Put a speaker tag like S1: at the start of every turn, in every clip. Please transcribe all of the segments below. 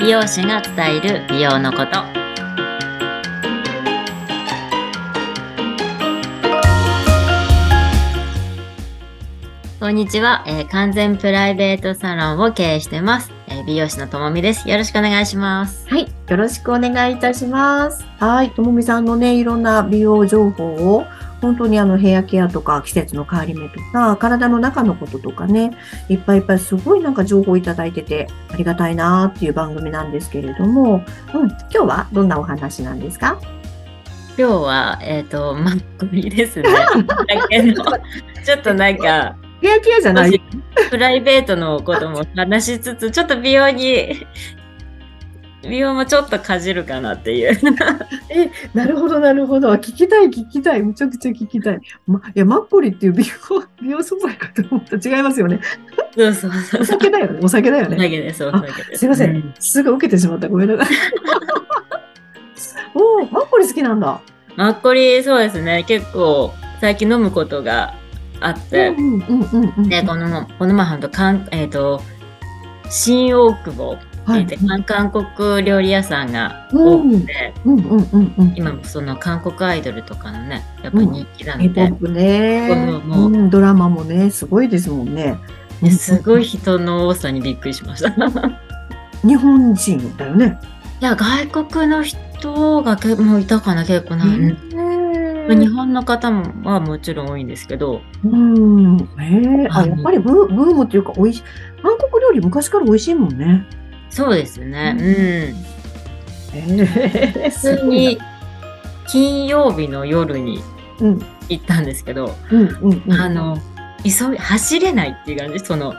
S1: 美容師が伝える美容のことこんにちは、えー完全プライベートサロンを経営してます、えー美容師のともみですよろしくお願いします
S2: はい、よろしくお願いいたします。はい、ともみさんのね、いろんな美容情報を、本当にあのヘアケアとか季節の変わり目とか、体の中のこととかね、いっぱいいっぱいすごいなんか情報いただいてて、ありがたいなーっていう番組なんですけれども、うん、今日はどんなお話なんですか
S1: 今日はえっ、とマッコリですねだけど ちょっとなんか
S2: ヘアケアじゃない。
S1: プライベートのことも話しつつちょっと美容に美容もちょっとかじるかなっていう
S2: え、なるほど、なるほど。聞きたい、聞きたい。めちゃくちゃ聞きたい。ま、いや、マッコリっていう美容、美容素材かと思った。違いますよね。
S1: そうそうそう
S2: お酒だよね。お酒だよね。
S1: だけです、お酒です。
S2: すいません、
S1: う
S2: すぐ受けてしまった。ごめん なさい。おお、マッコリ好きなんだ。
S1: マッコリ、そうですね、結構最近飲むことがあって、
S2: んうんうんうん
S1: で、この、この前、ほんと、かんえっ、と、新大久保、
S2: は
S1: え
S2: い
S1: ー。と韓国料理屋さんが
S2: う
S1: 多
S2: んう
S1: く
S2: ん
S1: て、
S2: うんうんうん。
S1: 今もその韓国アイドルとかのね、やっぱ人気なので、
S2: K-POP ね
S1: そうそう
S2: うんドラマもね、すごいですもんね。
S1: ですごい人の多さにびっくりしました。 い
S2: 日本人だよね。
S1: や、外国の人がけもういたかな、結構な。
S2: へ
S1: 日
S2: ー
S1: 本の方もはもちろん多いんですけど、
S2: うん。へえ。
S1: あ
S2: あ、やっぱりブブームっていうか、おいし、韓国料理昔から美味しいもんね。
S1: そうですね。
S2: う
S1: うん
S2: へえ。
S1: 普
S2: す
S1: 通
S2: ごい
S1: に金曜日の夜に
S2: な。うん
S1: 行ったんですけど、
S2: うんうんうん。
S1: あの急い走れないっていう感じその、
S2: うん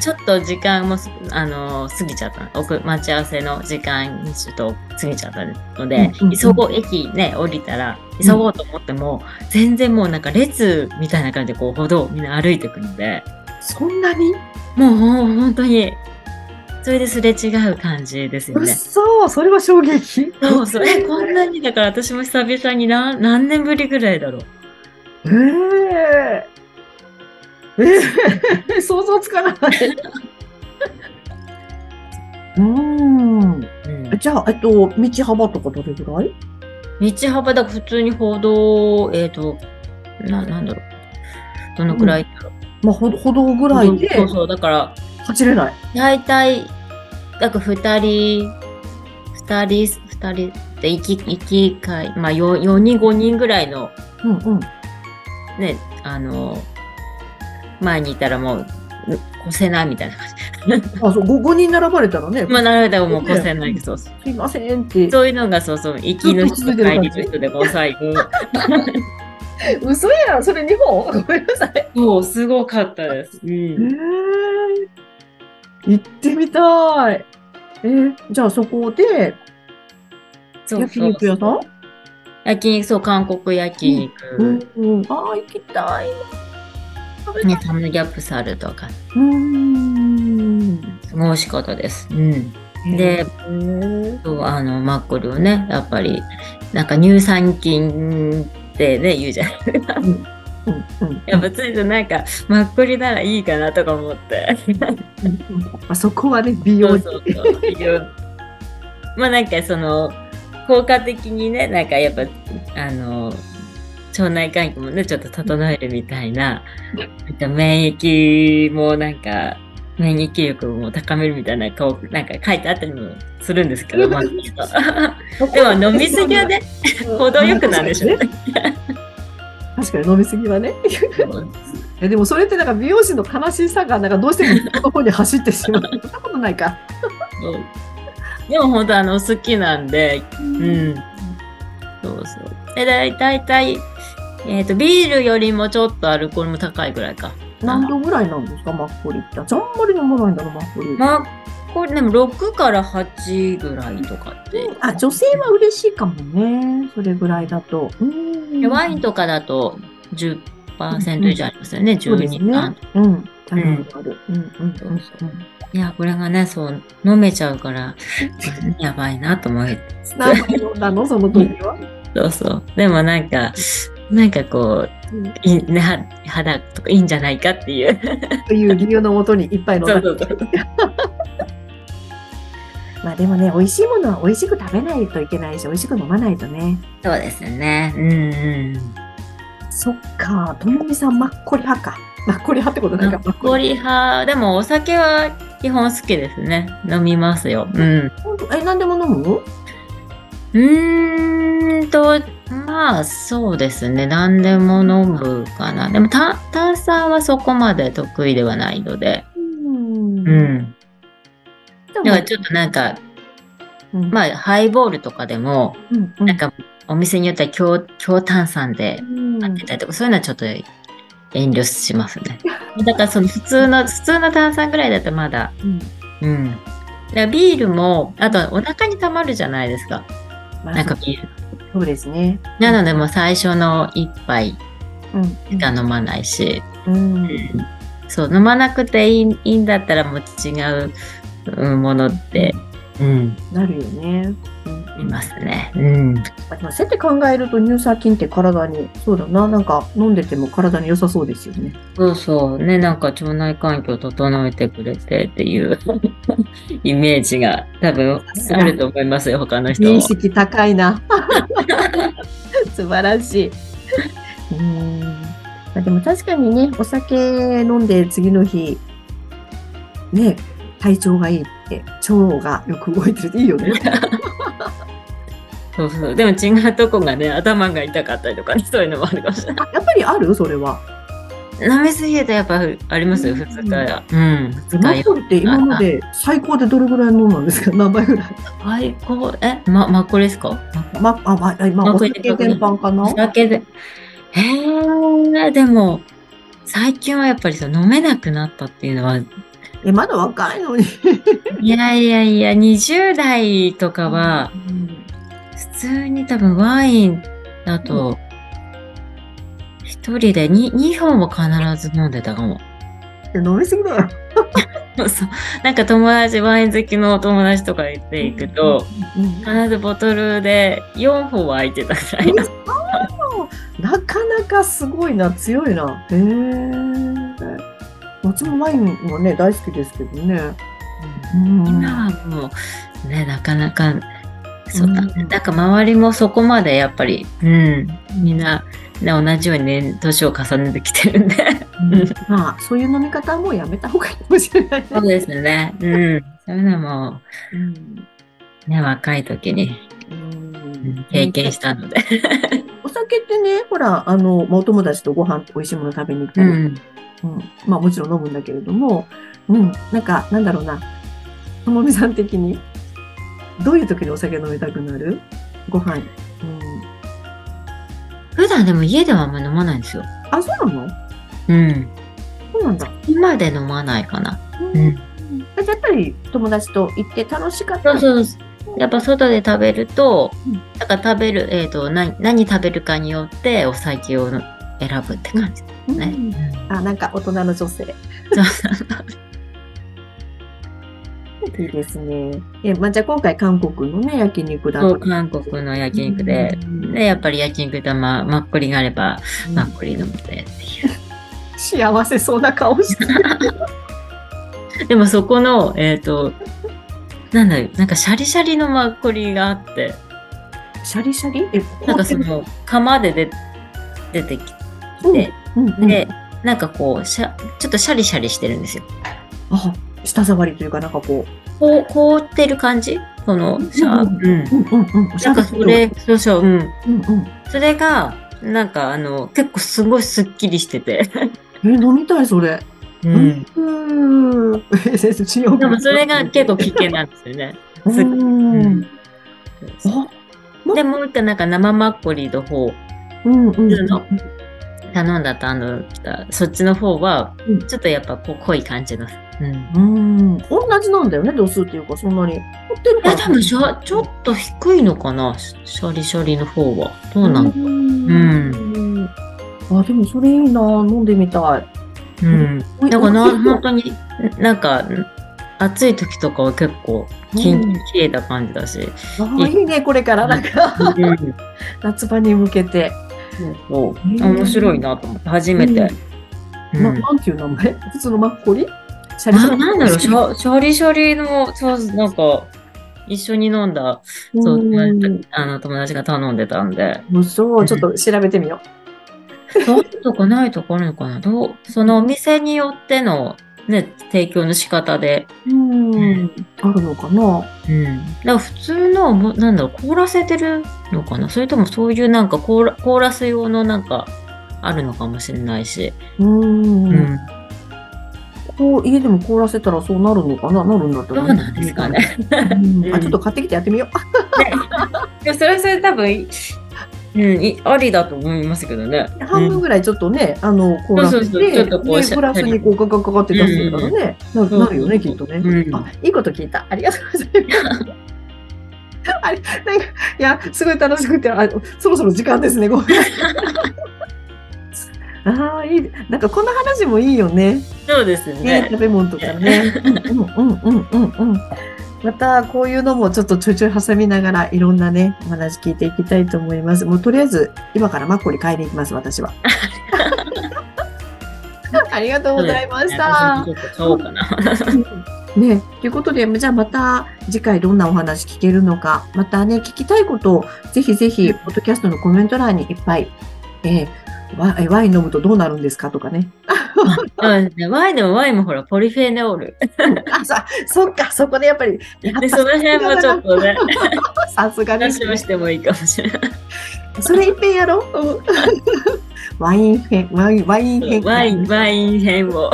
S1: ちょっと時間もすあの過ぎちゃったおく待ち合わせの時間にちょっと過ぎちゃったので、
S2: うんうんうん
S1: 急ごう駅ね降りたら
S2: ん
S1: 急ごうと思っても、全然もうなんか列みたいな感じでこう歩道をみんな歩いてくので
S2: そんなに
S1: もうほん本当にそれですれ違う感じですよ
S2: うっ
S1: ね。
S2: そそれは衝撃
S1: そうそう。え、こんなにだから私も久々に何何年ぶりぐらいだろう。
S2: ええええ 想像つかない。う
S1: う
S2: ー
S1: ん
S2: ん。じゃあ、えっと、道幅とかどれぐらい
S1: 道幅だ普通に歩道、えっ、と、な、なんだろう。どのくらいだろう、
S2: まあ、ほ歩道ぐらいで
S1: そうそう、だから、
S2: 走れない。
S1: 大体、だから二人、二人、二人で行き、行き会、まあ4、四人、5人ぐらいの、
S2: うんうん。
S1: ね、あの、前にいたらもう、越せないみたいな感じ。
S2: あ、そう、5人並ばれたらね、
S1: まあ、なるほど、もう越せない。そうそう。
S2: すいませんって。
S1: そういうのが、そうそう、行きの人と帰りの人で、こう、最後。
S2: 嘘やん、それ日本 ごめんなさい。
S1: そう、すごかったです。う
S2: え
S1: ん。
S2: ー、行ってみたい。えー、じゃあそこで
S1: そう
S2: 焼肉屋さん
S1: 焼肉、そう、韓国焼肉。
S2: うんうん、ああ、行きたい。食べたい。
S1: ね、サムギャプサルとか、
S2: うーん。
S1: すごい美味しかったです。うん。で
S2: へー、
S1: そうあの、マッコリをね、やっぱり、なんか乳酸菌ってね、言うじゃん。
S2: うんうん、
S1: やっぱついてなんか、マッコリならいいかなとか思って。
S2: うんうんあそこはね、美
S1: そ
S2: 容
S1: うそうそう。美容まあなんかその、効果的にね、なんかやっぱ、あの、腸内環境もね、ちょっと整えるみたいな、なんか免疫もなんか、免疫力も高めるみたいな、こう、なんか書いてあったりもするんですけど、まあ、 でも飲みすぎはね、程よくなるでしょ
S2: う。確かに飲みすぎはね。えでもそれってなんか美容師の悲しさがなんかどうしても人の方に走ってしまう。そんなことないか。
S1: でも本当あの、好きなんで、うん。そうそう。で、だいたいたい、えっ、と、ビールよりもちょっとアルコールも高いぐらいか。
S2: 何度ぐらいなんですか、マッコリって。あんまり飲まないんだろう、マッコリ。
S1: まあ、これでも6から8ぐらいとかって。
S2: あ、女性は嬉しいかもね。それぐらいだと。うん
S1: でワインとかだと10%以上ありますよね、
S2: そうです
S1: 12
S2: ね
S1: 缶。。
S2: うん。あるある。うんうん
S1: そううんそういや、これがね、そう、飲めちゃうから、 やばいなと思って。
S2: 何杯飲んだのその時は。
S1: そうそう。でもなんか、なんかこ
S2: うん
S1: う、いな肌とかいいんじゃないかっていう。
S2: という理由のもとに一杯飲んだ。
S1: そうそう
S2: まあでもね、美味しいものは美味しく食べないといけないし、美味しく飲まないとね。
S1: そうですよね。うん
S2: そっか、ともみさん、マッコリ派か。マッコリ派ってこと
S1: う。
S2: なんいか。
S1: マッコリ派、でもお酒は基本好きですね。飲みますよ。うん。
S2: マッコリ。え、何でも飲む
S1: うーんと、まあそうですね。何でも飲むかな。でも炭炭酸はそこまで得意ではないので。
S2: うん
S1: う。ん。
S2: でも
S1: だからちょっとなんか、
S2: うん
S1: まあハイボールとかでも、
S2: うんうん
S1: なんかお店によっては強強炭酸で
S2: うん
S1: 買ってたりとか、そういうのはちょっと遠慮しますね。だからその普通の、普通の炭酸ぐらいだとまだ、
S2: うん
S1: うん。だからビールも、あとお腹に溜まるじゃないですか。
S2: まあ
S1: なんかビール。
S2: そうですね。
S1: なのでもう最初の一杯
S2: うん。
S1: しか飲まないし、
S2: うん。
S1: そう、飲まなくていいいいんだったらもう違ううんものって、うん、
S2: なるよね。
S1: いますね。うん。
S2: まあでもそうやって考えると乳酸菌って体に、そうだな、なんか飲んでても体に良さそうですよね。
S1: そうそう。ね、なんか腸内環境を整えてくれてっていう イメージが多分あると思いますよ、他の人
S2: 認
S1: も。
S2: 識高いな。素晴らしい。うん。まあ、でも確かにね、お酒飲んで次の日、ね、体調がいいって、腸がよく動いてるっていいよね。
S1: そうそう。でも違うとこがね、頭が痛かったりとか、ね、そういうのもあるかもしれな
S2: あやっぱりあるそれは。
S1: い。飲みすぎるとやっぱありますよ、二日や。うん、二
S2: マ
S1: 日
S2: ッ
S1: や。
S2: コリって今まで最高でどれぐらい飲んだんですか何杯ぐらい
S1: 最高、え、ま、マッコリですか
S2: ま、あ、ま、あ今、
S1: マッ
S2: お
S1: コリ
S2: 酒全般か
S1: お
S2: な
S1: 酒で。へえ、でも、最近はやっぱりさ、飲めなくなったっていうのは、
S2: え、まだ若いのに。
S1: いやいやいや、20代とかは、
S2: うん
S1: 普通に多分ワインだと、一人で 2, 2本も必ず飲んでたかも。
S2: 飲みすぎだよ。
S1: そうなんか友達、ワイン好きのお友達とか言っていくと、
S2: うん
S1: 必ずボトルで4本は空いてたくらいな。
S2: なかなかすごいな、強いな。へえ。私もワインもね、大好きですけどね。うん
S1: 今はもう、ね、なかなか、そうだね
S2: うん
S1: なんか周りもそこまでやっぱり、うん、みんな、ね、同じように年、年を重ねてきてるんで。
S2: まあ、そういう飲み方はもうやめた方がいいかもしれないね。
S1: そうですね。うん。そういうのも、ね、若い時に
S2: うん
S1: 経験したので。
S2: お酒ってね、ほら、あの、まあお友達とご飯、美味しいもの食べに行った
S1: う
S2: り、
S1: ん。
S2: うんまあもちろん飲むんだけれども、うん、なんか、なんだろうな、ともみさん的に、どういう時にお酒飲みたくなるご飯。うん、
S1: 普段でも家ではあんま飲まないんですよ。
S2: あ、そうなの
S1: うん。
S2: そうなんだ。
S1: 今で飲まないかな。
S2: うん
S1: うん
S2: あじゃあやっぱり友達と行って楽しかった
S1: そう
S2: ら
S1: そう。やっぱ外で食べると
S2: うん、
S1: だから食べる、えっ、と何、何食べるかによってお酒を選ぶって感じで
S2: う
S1: すね。
S2: んあ、なんか大人の女性。
S1: そうそう
S2: いいですね。え、まあ、じゃあ今回韓国のね、焼 肉だ
S1: そ
S2: と
S1: う。韓国の焼肉で、
S2: うん
S1: で、やっぱり焼肉玉、マッコリがあれば、
S2: うん
S1: マッコリ飲むでっていう。
S2: 幸せそうな顔 してる。
S1: でもそこの、えっ、と、なんだろう、なんかシャリシャリのマッコリがあって、
S2: シャリシャリえ、
S1: なんかその、釜で出出てき
S2: うん
S1: て、
S2: うんうん
S1: で、なんかこう、シャちょっとシャリシャリしてるんですよ。
S2: あ、舌触りというか、なんかこ
S1: こう、凍ってる感じこの、シャ
S2: うん
S1: うん。
S2: う、うんうんうん。
S1: なんかそれ、そうそう、うん。
S2: うんうん。
S1: それが、なんかあの、結構すごいスッキリしてて。
S2: え、飲みたい、それ。
S1: う。。
S2: うんうん。え、先生、違う。
S1: でもそれが結構危険なんですよね。
S2: う
S1: すっうん
S2: ん。あ、
S1: で、もう一回なんか生マッコリの方、
S2: うんうん。
S1: 普通の頼んだとあの来たそっちの方は
S2: うん
S1: ちょっとやっぱこう濃い感じの、うん、い
S2: うん。同じなんだよね、度数っていうか、そんなに。持ってるか
S1: や
S2: ら。
S1: 多分しょちょっと低いのかなシャリシャリの方はどうなの、
S2: うん。あ、でもそれいいな、飲んでみたい。
S1: うんん、
S2: おい
S1: なんかな
S2: おいしい
S1: 本当になんか暑い時とかは結構き
S2: うん
S1: ん綺麗な感じだし、
S2: あいいね、これから、なんか、
S1: うん
S2: 夏場に向けて。
S1: そう
S2: へえ
S1: 面白いなと思って、初めて。う
S2: うんんななんていう名前普通のマッコリシャリシャ
S1: な
S2: リ
S1: なんだろう、シャシャリシャリの、そう、なんか、一緒に飲んだ、そう、
S2: うん
S1: あの友達が頼んでたんで、
S2: もうそう、ちょっと調べてみよ
S1: そういうとこないとこあるのかなどうそのお店によっての、ね、提供の仕方で、
S2: う。うん。あるのかな
S1: うん。だから普通の、もなんだろう、凍らせてるのかなそれともそういうなんか凍ら、凍らす用のなんか、あるのかもしれないし。
S2: うん。
S1: うん。
S2: こう、家でも凍らせたらそうなるのかななるんだっ
S1: ど
S2: たら
S1: うなんですか。ね。
S2: うんあ、ちょっと買ってきてやってみよう。あ
S1: いや、それはそれ多分、うん、いありだと思いますけどね。
S2: 半分ぐらいちょっとね、あの、凍らせて、
S1: そうそうそうちょっとこう
S2: で
S1: シャ
S2: グラスにこうガガガガって出してたらね、な
S1: うん
S2: なるよね、きっとね。
S1: うん
S2: あ、いいこと聞いた。ありがとうございます。あれ、なんか、いや、すごい楽しくて、あそろそろ時間ですね、ごめん。 ああ、いい。なんかこの話もいいよね。
S1: そうです
S2: ね、
S1: ね。
S2: 食べ物とかね。うんうんうんうんうん。またこういうのもちょっとちょいちょい挟みながらいろんなねお話聞いていきたいと思います。もうとりあえず今からマッコリ買いに行きます私 は。ありがとうございました。
S1: ちょっと買おうかな。
S2: ね、ということで、じゃあまた次回どんなお話聞けるのか、またね、聞きたいことをぜひぜひ、ポッドキャストのコメント欄にいっぱい、えーワイワイン飲むとどうなるんですかとかね。
S1: そうですね。ワインでもワインもほら、ポリフェネオール。
S2: あ、そそっか、そこでやっぱり、やっぱ
S1: で、その辺もちょっとね、
S2: さすがで
S1: 話
S2: す
S1: を
S2: ね。
S1: してもいいかもしれない。
S2: それいっぺんやろう。うん ワイン編、ワイン、ワイン編。
S1: ワイン、ワイン編を。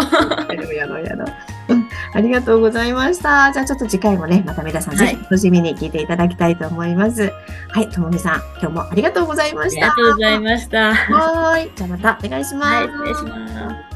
S2: やろうやろう。うんありがとうございました。じゃあちょっと次回もね、また皆さん、
S1: はい
S2: ぜひ楽しみに聞いていただきたいと思います。はい、ともみさん、今日もありがとうございま
S1: あ
S2: し
S1: り
S2: た。
S1: がとうございました。
S2: はーい。じゃあまたお願いします。
S1: はい、失礼します。